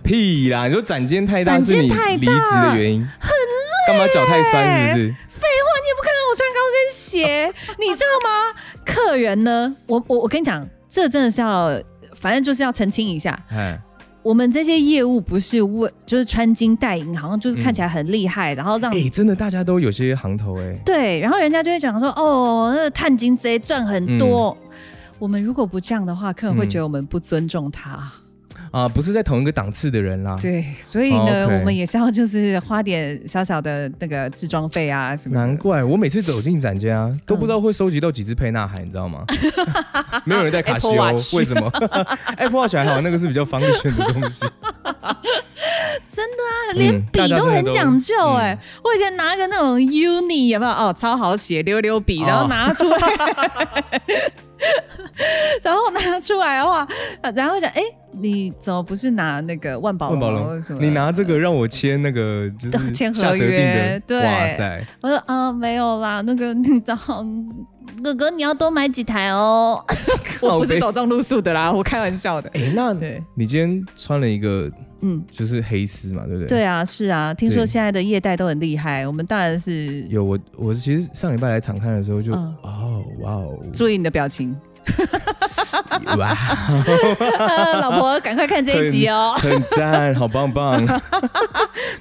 屁啦？你说展间太大
展
是
间
你
太大
离职的原因？很累，干嘛脚太酸是不是？
哇，你也不看看我穿高跟鞋，
*laughs*
你知道吗？客人呢，我我我跟你讲，这真的是要，反正就是要澄清一下，
哎，
我们这些业务不是为就是穿金戴银，好像就是看起来很厉害，然后让
哎、真的大家都有些行头哎、
对，然后人家就会讲说，哦，那个探金贼赚很多。
嗯
我们如果不这样的话，客人会觉得我们不尊重他。
啊，不是在同一个档次的人啦。
对，所以呢，
哦，OK
我们也是要就是花点小小的那个置装费啊什么的。嗯
难怪我每次走进展间啊，都不知道会收集到几只沛纳海，你知
*laughs*
道吗？没有人带卡西
Apple
欧，
Watch
为什
*laughs*
么？Apple Watch 还好，那个是比较方便的东西。
连
嗯大
笔
家
都
真的
很
都嗯
讲究哎、我以前拿个那种 Uni 有没有？哦，超好写溜溜笔，然后
哦
拿
*laughs*
出来，然后拿出来的话，然后讲哎，你怎么不是拿那个万宝
万宝
或者什
龙，
么？
你拿这个让我签那个就
对
是
签合
下得定
约
的，
对
哇塞，
我说啊、没有啦，那个你知道，
哥哥，你要多买几台哦。
我不
*laughs* 靠
是
背
走这种路数的啦，我开玩
*laughs*
笑的。
哎，那
对
你今天穿了一个
嗯，
就是黑丝嘛，对不对？
对。啊，是啊，听说
对
现在的业代都很厉害，我们当然是
有我，我其实上礼拜来场看的时候就，
嗯
哦，哇哦，
注意你的表情，
哇，
*laughs* 呃老婆赶快看这一集哦，
很赞，好棒
*laughs*
棒，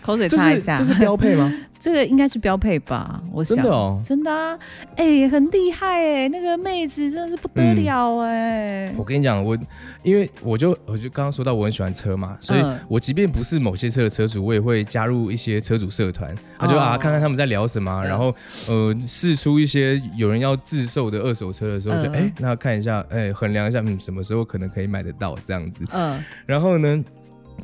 口水
这
擦一
是
下。
这是标配吗？
*laughs* 这个应该是标配吧？我想
真的哦
真的啊，哎、很厉害哎、那个妹子真的是不得了哎、
我跟你讲，我因为我就我就刚刚说到我很喜欢车嘛，所以
嗯
我即便不是某些车的车主，我也会加入一些车主社团，我就啊看看他们在聊什么啊，
哦嗯
然后呃试出一些有人要自售的二手车的时候，就
嗯
哎那看一下，哎衡量一下，嗯什么时候可能可以买得到这样子。
嗯，
然后呢，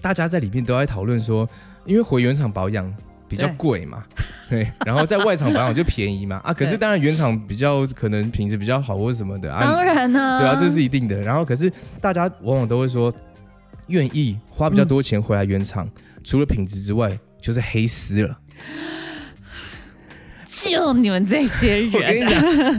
大家在里面都在讨论说，因为回原厂保养比较贵嘛，对，然后在外厂保养就便宜嘛，
*laughs*
啊，可是
对
当然原厂比较可能品质比较好或者什么的啊，
当然呢、
对啊，这是一定的。然后可是大家往往都会说，愿意花比较多钱回来原厂，除了品质之外，就是黑丝
*laughs*
了。
就你们这些
我跟
人，
你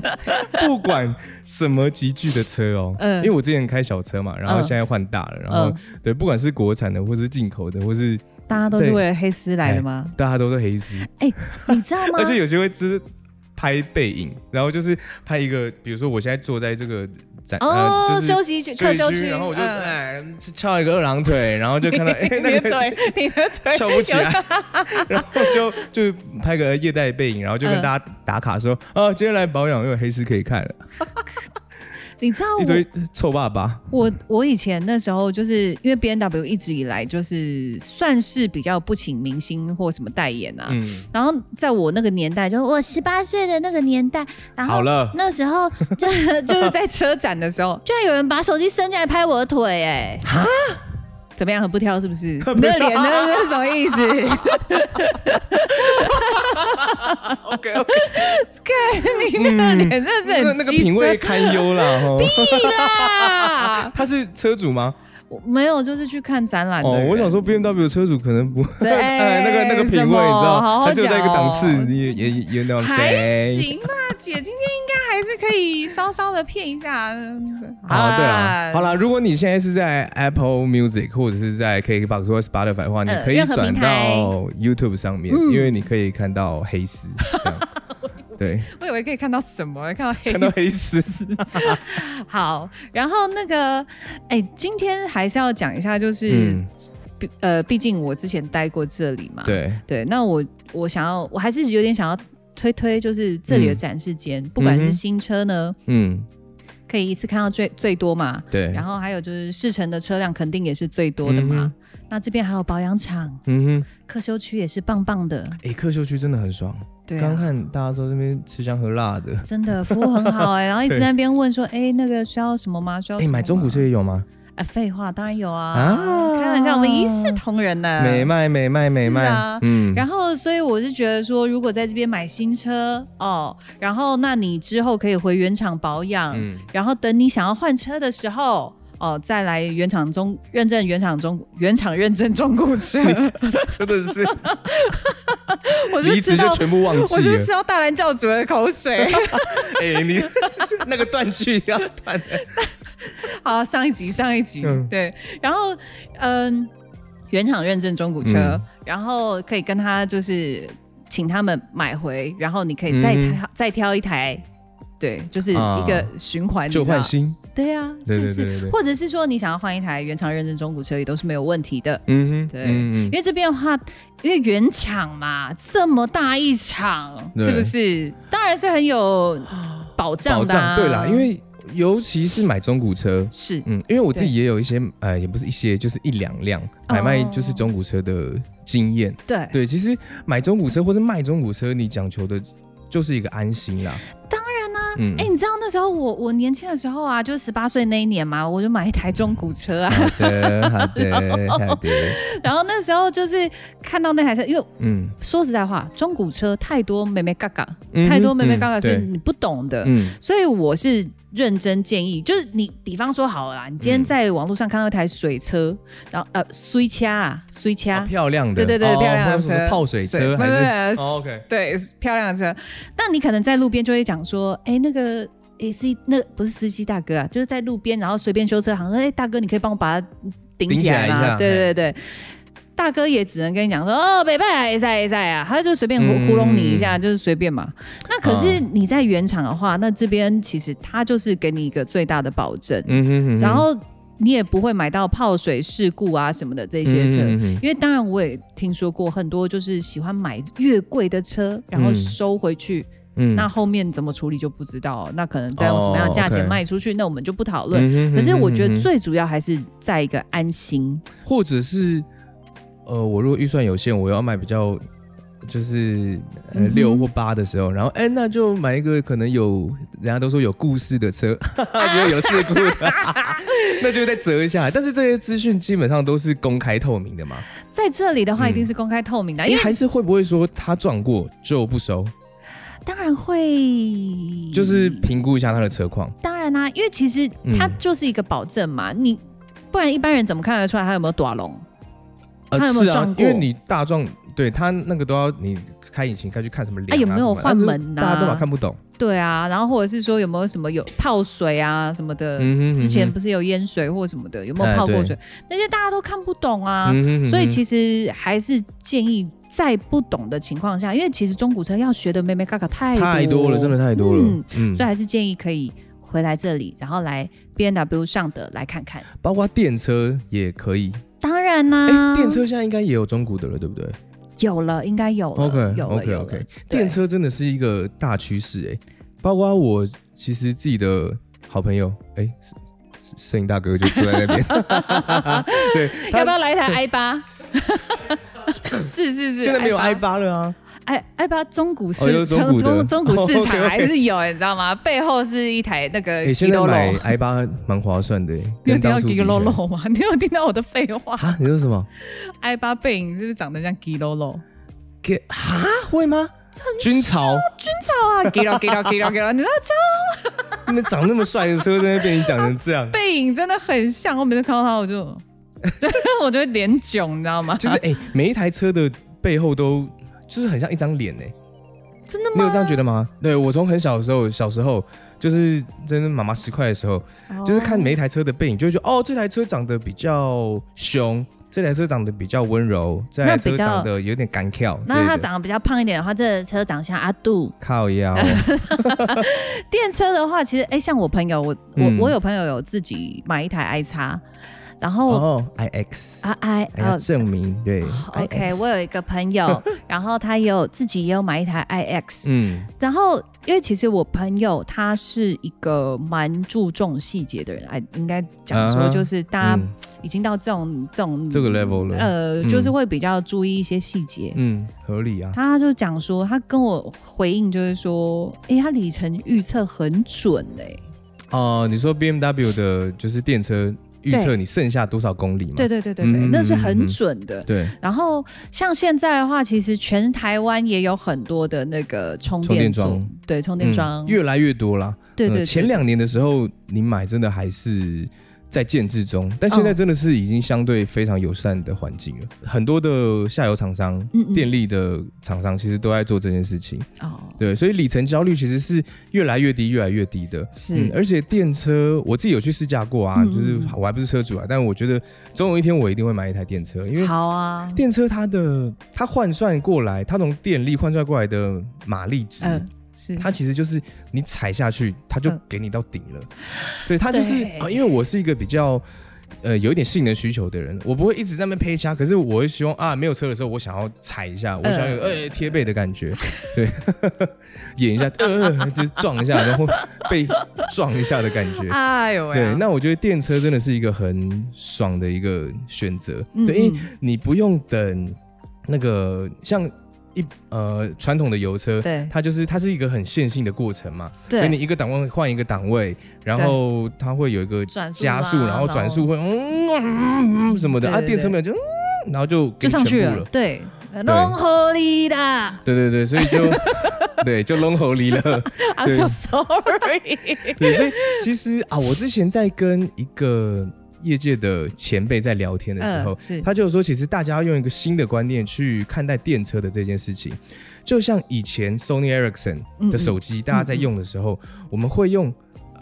讲，
*laughs*
不管什么级距的车哦，
嗯
因为我之前开小车嘛，然后
嗯
现在换大了，然后、
嗯
对，不管是国产的，或是进口的，或是
大家都是
对
为了黑丝来的吗？
大家都是黑丝，
嗯你知道
*laughs*
吗
而？且有些会只拍背影，然后就是拍一个，比如说我现在坐在这个展
哦，
呃就是
休息区、客休区，
然后我就
嗯
哎、翘一个二郎腿，然后就看
*laughs*
到哎、
你
那
的
个
嘴，你的嘴
*laughs* 笑不起
有
来， *laughs* 然后就就拍个夜带背影，然后就跟大家打卡说，啊，今天来保养又有黑丝可以看了，
你知道
一
我
堆臭爸爸，
我我以前那时候就是因为 B N W 一直以来就是算是比较不请明星或什么代言啊，
嗯，
然后在我那个年代，就是我
我十八岁的那个年代，然
好
后
了，
那时候就
*laughs*
就是在车展的时候，
居然有人把手机伸进来拍我的腿、哎，
怎么样，很不挑是不是？你那个脸那是什么意
*laughs*
思？
，OK，
你那个脸真的是很
嗯那那个品味
机
堪忧啦， *laughs* 哈，
车啦！
他是车主吗？
我没有，就是去看展览的
哦
人。，
我想说 B M W 车主可能 *laughs* 不，
这，
哎，那个那个品
什
味，你知
么好
道，
好
他只有在一个
讲
档次，
哦
你也也也也那种
还。行啊，姐今天应该还是可以稍稍的骗一下。嗯
啊，对啦，好
啦，
啦，如果你现在是在 Apple Music 或者是在 KKBox 或 Spotify 的话，你
呃
可以
任何平
转
台
到 YouTube 上面，
嗯
因为你可以看到黑丝，这
*laughs*
样对，
我以为可以看到什么，看到黑
看到黑丝，
*laughs* 好，然后那个，哎、今天还是要讲一下，就是
嗯，
毕呃，毕竟我之前待过这里嘛，
对，
对，那我我想要，我还是有点想要推推，就是这里的
嗯
展示间，不管
嗯
是
哼
新车呢，
嗯，
可以一次看到最最多嘛，
对，
然后还有就是试乘的车辆肯定也是最多的嘛。那这边还有保养厂、
嗯哼，
客修区也是棒棒的，
哎，客秀区真的很爽，
对、
刚
啊。
看大家都这边吃香喝辣的，
真的服务很好
*laughs*
哎、然后一直
对
在那边问说，哎、那个需要什么吗？需要
哎，
什么吗
买中古车也有吗？
啊？废话，当然有啊，
啊
开玩笑，我们一视同仁呢、
美卖美卖美
呃是啊
卖，嗯，
然后，所以我是觉得说，如果在这边买新车哦，然后那你之后可以回原厂保养，
嗯
*laughs* 然后等你想要换车的时候哦，再来原厂中认证原厂中原厂认证中古车。
*laughs* 真的是
我就
离
知
职
道
就，全部忘记
我就
了
吃，到大蓝教主的口水。
*laughs* 哎，你那个断句要
*laughs*
断的，
好，上一集上一集、
嗯
对，然后嗯，原厂认证中古车，
嗯
然后可以跟他就是请他们买回，然后你可以再
嗯啊
挑、再挑一台。对，就是一个循环，
旧换新，
对呀，
对对
是不
对对
是？
对
或者是说你想要换一台原厂认证中古车也都是没有问题的，
嗯哼，
对
嗯嗯
因为这边的话，因为原厂嘛，这么大一场，
对
是不是？当然是很有保障
保
的、啊。
障，对啦，因为尤其是买中古车，
是
嗯，因为我自己
对
也有一些，呃，也不是一些，就是一两辆买卖就是中古车的经验。
哦对，
对，其实买中古车或是卖中古车，你讲求的就是一个安心啦。当然啦、嗯，
哎、你知道那时候我我年轻的时候啊，就是十八岁那一年嘛，我就买一台中古车啊。 *laughs*
好的，好的，好的，
然后那时候就是看到那台车，因为
嗯，
说实在话，中古车太多妹妹嘎嘎，
嗯哼
太多妹妹嘎嘎
嗯
是
对
你不懂的。
嗯，
所以我是认真建议，就是你比方说好了啦，你
嗯
今天在网络上看到一台水车，然后呃，水掐啊，水掐、
好漂亮的，
对对对，
哦
漂亮
或
的
者什么
车，
泡水车
不
还
不
是
不
哦，OK
对，漂亮的车。那你可能在路边就会讲说，哎，那个。诶，司那不是司机大哥啊，就是在路边，然后随便修车行说，哎，大哥，你可以帮我把它顶
顶
起
起来
来
一下
吗？对对对，大哥也只能跟你讲说，哦，北拜也在也在啊，他就随便糊
嗯
糊弄你一下，就是随便嘛。那可是
啊
你在原厂的话，那这边其实他就是给你一个最大的保证，
嗯哼嗯哼，
然后你也不会买到泡水事故啊什么的这些
嗯
车。
哼嗯哼
因为当然我也听说过很多就是喜欢买越贵的车，然后
嗯
收回去，
嗯
那后面怎么处理就不知道，那可能再用什么样的价
哦
钱
，OK
卖出去，那我们就不讨论。
嗯哼嗯哼
可是我觉
嗯
得
哼
最主要还是在一个安心，
或者是呃，我如果预算有限，我要买比较就是呃
嗯哼
六或八的时候，然后哎、那就买一个可能有人家都说有故事的车， *laughs* 因为有事故的， *laughs* 那就再折一下。但是这些资讯基本上都是公开透明的嘛，
在这里的话
嗯
一定是公开透明的，
哎、
因为
还是会不会说他撞过就不收，
当然会
就是评估一下他的车况。
当然啊啦、因为其实它
嗯
就是一个保证嘛，你不然一般人怎么看得出来他有没有短龙？他有没有
是啊
撞过
因为你大撞，对他那个都要你开引擎该去看什么
哎
脸、啊，
有没
什
有
么的
换门啊
大家都嘛看不懂。
对啊，然后或者是说有没有什么有泡水啊什么
嗯
的，
哼嗯哼
之前不是有淹水或什么的，有没
哎
有泡过
对
水？那些大家都看不懂啊，
嗯哼嗯哼
所以其实还是建议在不懂的情况下，因为其实中古车要学的妹妹嘎嘎太
太多了，真的太多了。
嗯
嗯
所以还是建议可以回来这里，然后来 B N W 上的来看看。
包括电车也可以。
当然啦、
哎、电车现在应该也有中古的了，对不对
啊有了，应该有了
？OK
有了
OK
有了
OK，
对
电车真的是一个大趋势哎。包括我其实自己的好朋友，哎、摄摄影大哥
*laughs*
就坐在那边，对，
要不
他
要来一台 i 八？ *laughs* 是是是，
现在没有 i
i
八了啊。
哎哎吧，中古
哦
市
有中古
中
的
中中古市
*laughs*
场
OK，OK
还是有，你知道吗？背后是一台那个
哎、
吉
现在
隆
买
隆，
i 八蛮划算
*laughs*
的哎。
你有
跟
听到
当初比
吉
起来
隆隆吗？ *laughs* 你有听到我的废话
啊？你说什
*laughs*
么？
？i 八背影是不是长得像吉隆隆？
给啊会吗？军曹，
军曹啊，吉隆吉隆吉隆吉隆，你知道这
你们长那么帅的车，在那边你讲成这
*laughs*
样，
背影真的很像，我每次看到他我就， *laughs* 我就会脸囧，你知道吗？
就是哎、每一台车的背后都就是很像一张脸哎。
真的
你有这
吗？
样觉得吗？对我从很小的时候，小时候就是真的妈妈十块的时候， *laughs*
哦
就是看每一台车的背影，就会觉得哦，这台车长得比较凶，这台车长得比较温柔，这台
那
车
比较
长得有点干跳。
那他
之类的
长得比较胖一点的话，这个车长像阿杜，
靠
*laughs*
腰，
电车的话，其实哎、像我朋友，我我、
嗯
我有朋友有自己买一台 i 叉，然后、
哦，I 哎 X，
啊 i
要
哦
证明对
好 OK，
IX
我有一个朋友，
*laughs*
然后他也有自己也有买一台 iX，、
嗯
然后因为其实我朋友他是一个蛮注重细节的人，哎，应该讲
啊哈
说就是大家
嗯
已经到这种这种
这个 level 了
呃，
嗯
就是会比较注意一些细节。
嗯合理啊，
他就讲说，他跟我回应就是说，哎、他里程预测很准哎、
哦，你说 B M W 的就是电车预测你剩下多少公里嘛？
对对对对对，
嗯
那是很
嗯
准的。
对，
然后像现在的话，其实全台湾也有很多的那个充
充电
电
桩
座，对充
嗯
电桩，
越来越多啦。
对对
呃
对
前两年的时候，你买真的还是在建制中，但现
嗯
在真的是已经相对非常友善的环境了。很多的下游厂商、
嗯嗯
电力的厂商其实都在做这件事情，
哦，
对，所以里程焦虑其实是越来越低、越来越低的。嗯
是
而且电车我自己有去试驾过啊，
嗯嗯
就是
嗯
我还不是车主啊，但我觉得总有一天我一定会买一台电车，因为
好啊，
电车它的它换算过来，它从电力换算过来的马力值，
嗯是
它其实就是你踩下去，它就
嗯
给你到顶了。对，它就是、
对
呃因为我是一个比较呃有一点性能需求的人，我不会一直在那边配掐，可是我会希望啊，没有车的时候，我想要踩一
嗯
下，我想要有呃贴背的感觉，对， *laughs* 演一下，呃，就是撞一下，然后被撞一下的感觉。
哎呦喂 *laughs* 啊、
对，那我觉得电车真的是一个很爽的一个选择，
嗯
对，因为
嗯
你不用等那个像一呃传统的油车，
对
它就是它是一个很线性的过程嘛，所以你
对
一个档位换一个档位，然后它会有一个
转速啊
加速，
啦
然后转速会嗯嗯什么的
对
啊，
对
电车
对
没有就嗯，然后就给
就
你
上去
全部
了
了，，
对，弄合理的，啊
对对对，所以就 *laughs* 对就龙头离了。 *laughs*
，I'm so sorry，
对，所以其实啊，我之前在跟一个业界的前辈在聊天的时候，
嗯是
他就说，其实大家要用一个新的观念去看待电车的这件事情，就像以前 Sony
嗯
Ericsson 的手机，大家在用的时候，我们会用。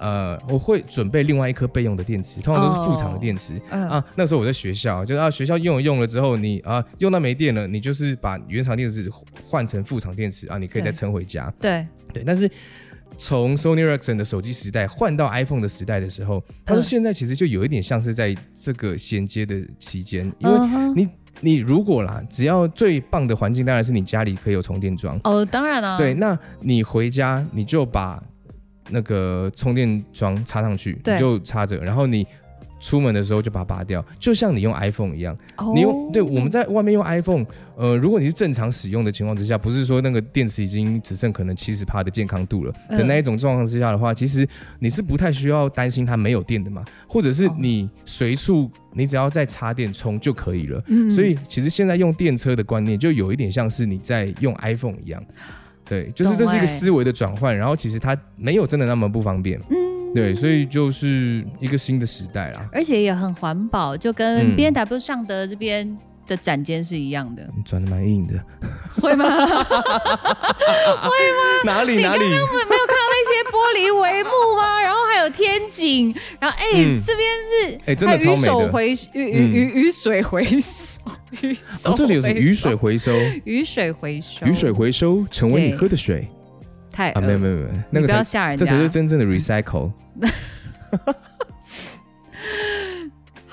呃，我会准备另外一颗备用的电池，通常都是副厂的电池、
嗯
啊。那时候我在学校，就是啊，学校用了用了之后，你啊用到没电了，你就是把原厂电池换成副厂电池啊，你可以再
对
撑回家。
对，
对，但是从 Sony Ericsson 的手机时代换到 iPhone 的时代的时候，他说
嗯
现在其实就有一点像是在这个衔接的期间，因为
嗯哼
你你如果啦，只要最棒的环境当然是你家里可以有充电桩，
哦，当然了，
对，那你回家你就把那个充电桩插上去，
对
你就插着，然后你。出门的时候就把它拔掉，就像你用 iPhone 一样，
哦，
你用对我们在外面用 iPhone，呃，如果你是正常使用的情况之下，不是说那个电池已经只剩可能七十帕的健康度了的
嗯
那一种状况之下的话，其实你是不太需要担心它没有电的嘛，或者是
哦
你随处你只要再插电充就可以了。
嗯
所以其实现在用电车的观念就有一点像是你在用 iPhone 一样，对，就是这
懂
是一个
欸
思维的转换，然后其实它没有真的那么不方便，
嗯
对，所以就是一个新的时代啦。
而且也很环保，就跟
嗯
B N W 上的这边的展间是一样的， *laughs*
你转的蛮硬的，
会吗？
哪里
你
哪
刚
里
刚？我没有看到那些玻璃帷幕吗？然后还有天井，然后哎、
嗯
这边是
哎真的
还有雨
超美
手
的
回雨雨
嗯
雨雨水回收，雨手
哦，这里有什么雨水
回
回
*laughs*
收？
收雨水回收
雨水回收成为你
对
喝的水
太
啊？
恶
没有没有没有，那
你
个
不要
才
吓人啊
这
家，
才是真正的 recycle。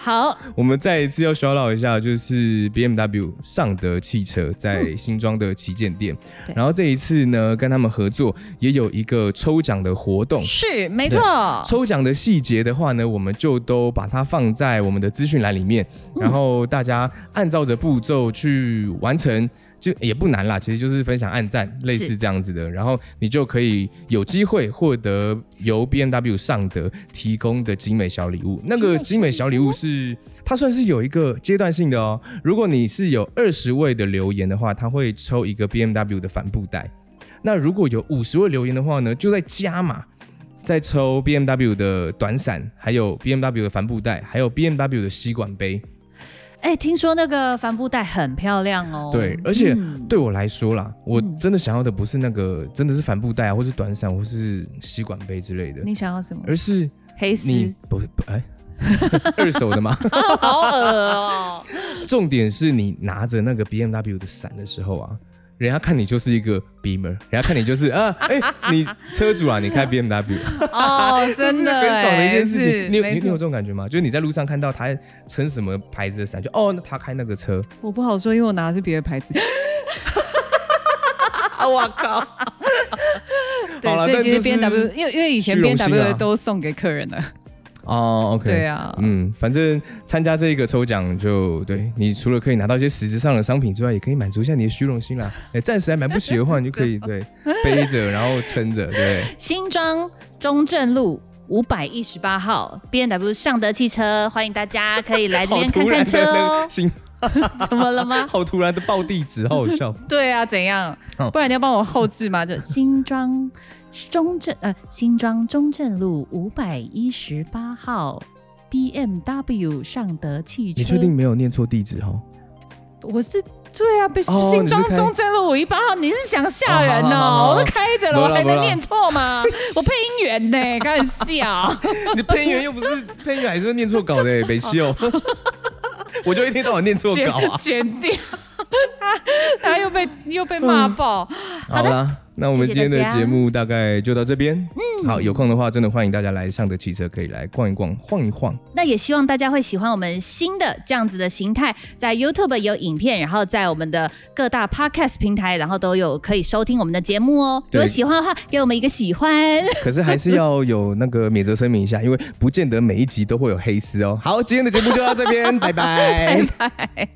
好
我们再一次要 shout out 一下，就是 BMW 尚德汽车在新庄的旗舰店，
对
然后这一次呢跟他们合作，也有一个抽奖的活动。
是啊没错，
抽奖的细节的话呢，我们就都把它放在我们的资讯栏里面，
嗯
然后大家按照着步骤去完成，就也不难啦。其实就是分享、按赞，类似这样子的，然后你就可以有机会获得由 B M W 尚德提供的精美小礼物。那个精美小礼物是它算是有一个阶段性的哦。如果你是有二十位的留言的话，它会抽一个 B M W 的帆布袋。那如果有五十位留言的话呢，就再加码。再抽 B M W 的短伞，还有 B M W 的帆布袋，还有 B M W 的吸管杯。
哎、听说那个帆布袋很漂亮哦，
对，而且
嗯
对我来说啦，我真的想要的不是那个，真的是帆布袋啊，或是短伞，或是吸管杯之类的，
你想要什么？
而是
黑丝，
你不不哎， *laughs* 二手的吗？
*laughs* 好恶哦、
重点是你拿着那个 B M W 的伞的时候啊。人家看你就是一个 Beamer，人家看你就是啊，哎、你车主啊，你
*laughs*
开 B M W，
哦，真的、
这是很爽的一件事
哎是
情。你有你
没
你有
错
这种感觉吗？就是你在路上看到他撑什么牌子的伞，就哦，那他开那个车，
我不好说，因为我拿的是别的 *laughs* 牌子。
啊，我靠！
对
好，啦
所以
但
其
就
实
是
B N W，因为因为以前
虚
B
荣
N
心啊
W 都送给客人了，
哦，OK，
对啊，
嗯，反正参加这个抽奖就对你除了可以拿到一些实质上的商品之外，也可以满足一下你的虚荣心 *laughs* 啦。哎，暂时还买不起的话，你就可 *laughs* 以对背着，然后撑着，对。
*laughs* 新庄中正路。五百一十八号 B N W 尚德汽车，欢迎大 *laughs* 家可以来这
好
边看
突然
看车
的 *laughs* 那
*laughs* 哦
个。新，
怎么了吗？
好突然的报地址，好好笑。
*laughs* 对啊，怎样
哦？
不然你要帮我后置吗？就新庄中正呃，新庄中正路五百一十八号 B M W 尚德汽车。
你确定？没有念错地址哦？
我是对啊，被
哦
新
你是
庄
开
中正路五一八号，你是想吓人
哦好好好
哦
好？
我都开着了，
不
我
啦
还
不
能
啦
念错吗？我配音员呢，开玩
*laughs*
笑。
*laughs* 你配音员又不是配音员， *laughs* 还是念错稿的，北西哦。我就一天到晚念错
剪
稿啊！
剪掉。 *laughs*
他又被又被骂
嗯
爆。
*laughs* 好啦，那我们今天的节目大概就到这边。嗯，好，有空的话真的欢迎大家来上德汽车，可以来逛一逛、晃一晃。
那也希望大家会喜欢我们新的这样子的形态，在 YouTube 有影片，然后在我们的各大 Podcast 平台，然后都有可以收听我们的节目哦。如
对
果喜欢的话，给我们一个喜欢。
*laughs* 可是还是要有那个免责声明一下，因为不见得每一集都会有黑丝哦。好，今天的节目就到这边，拜拜。
拜拜。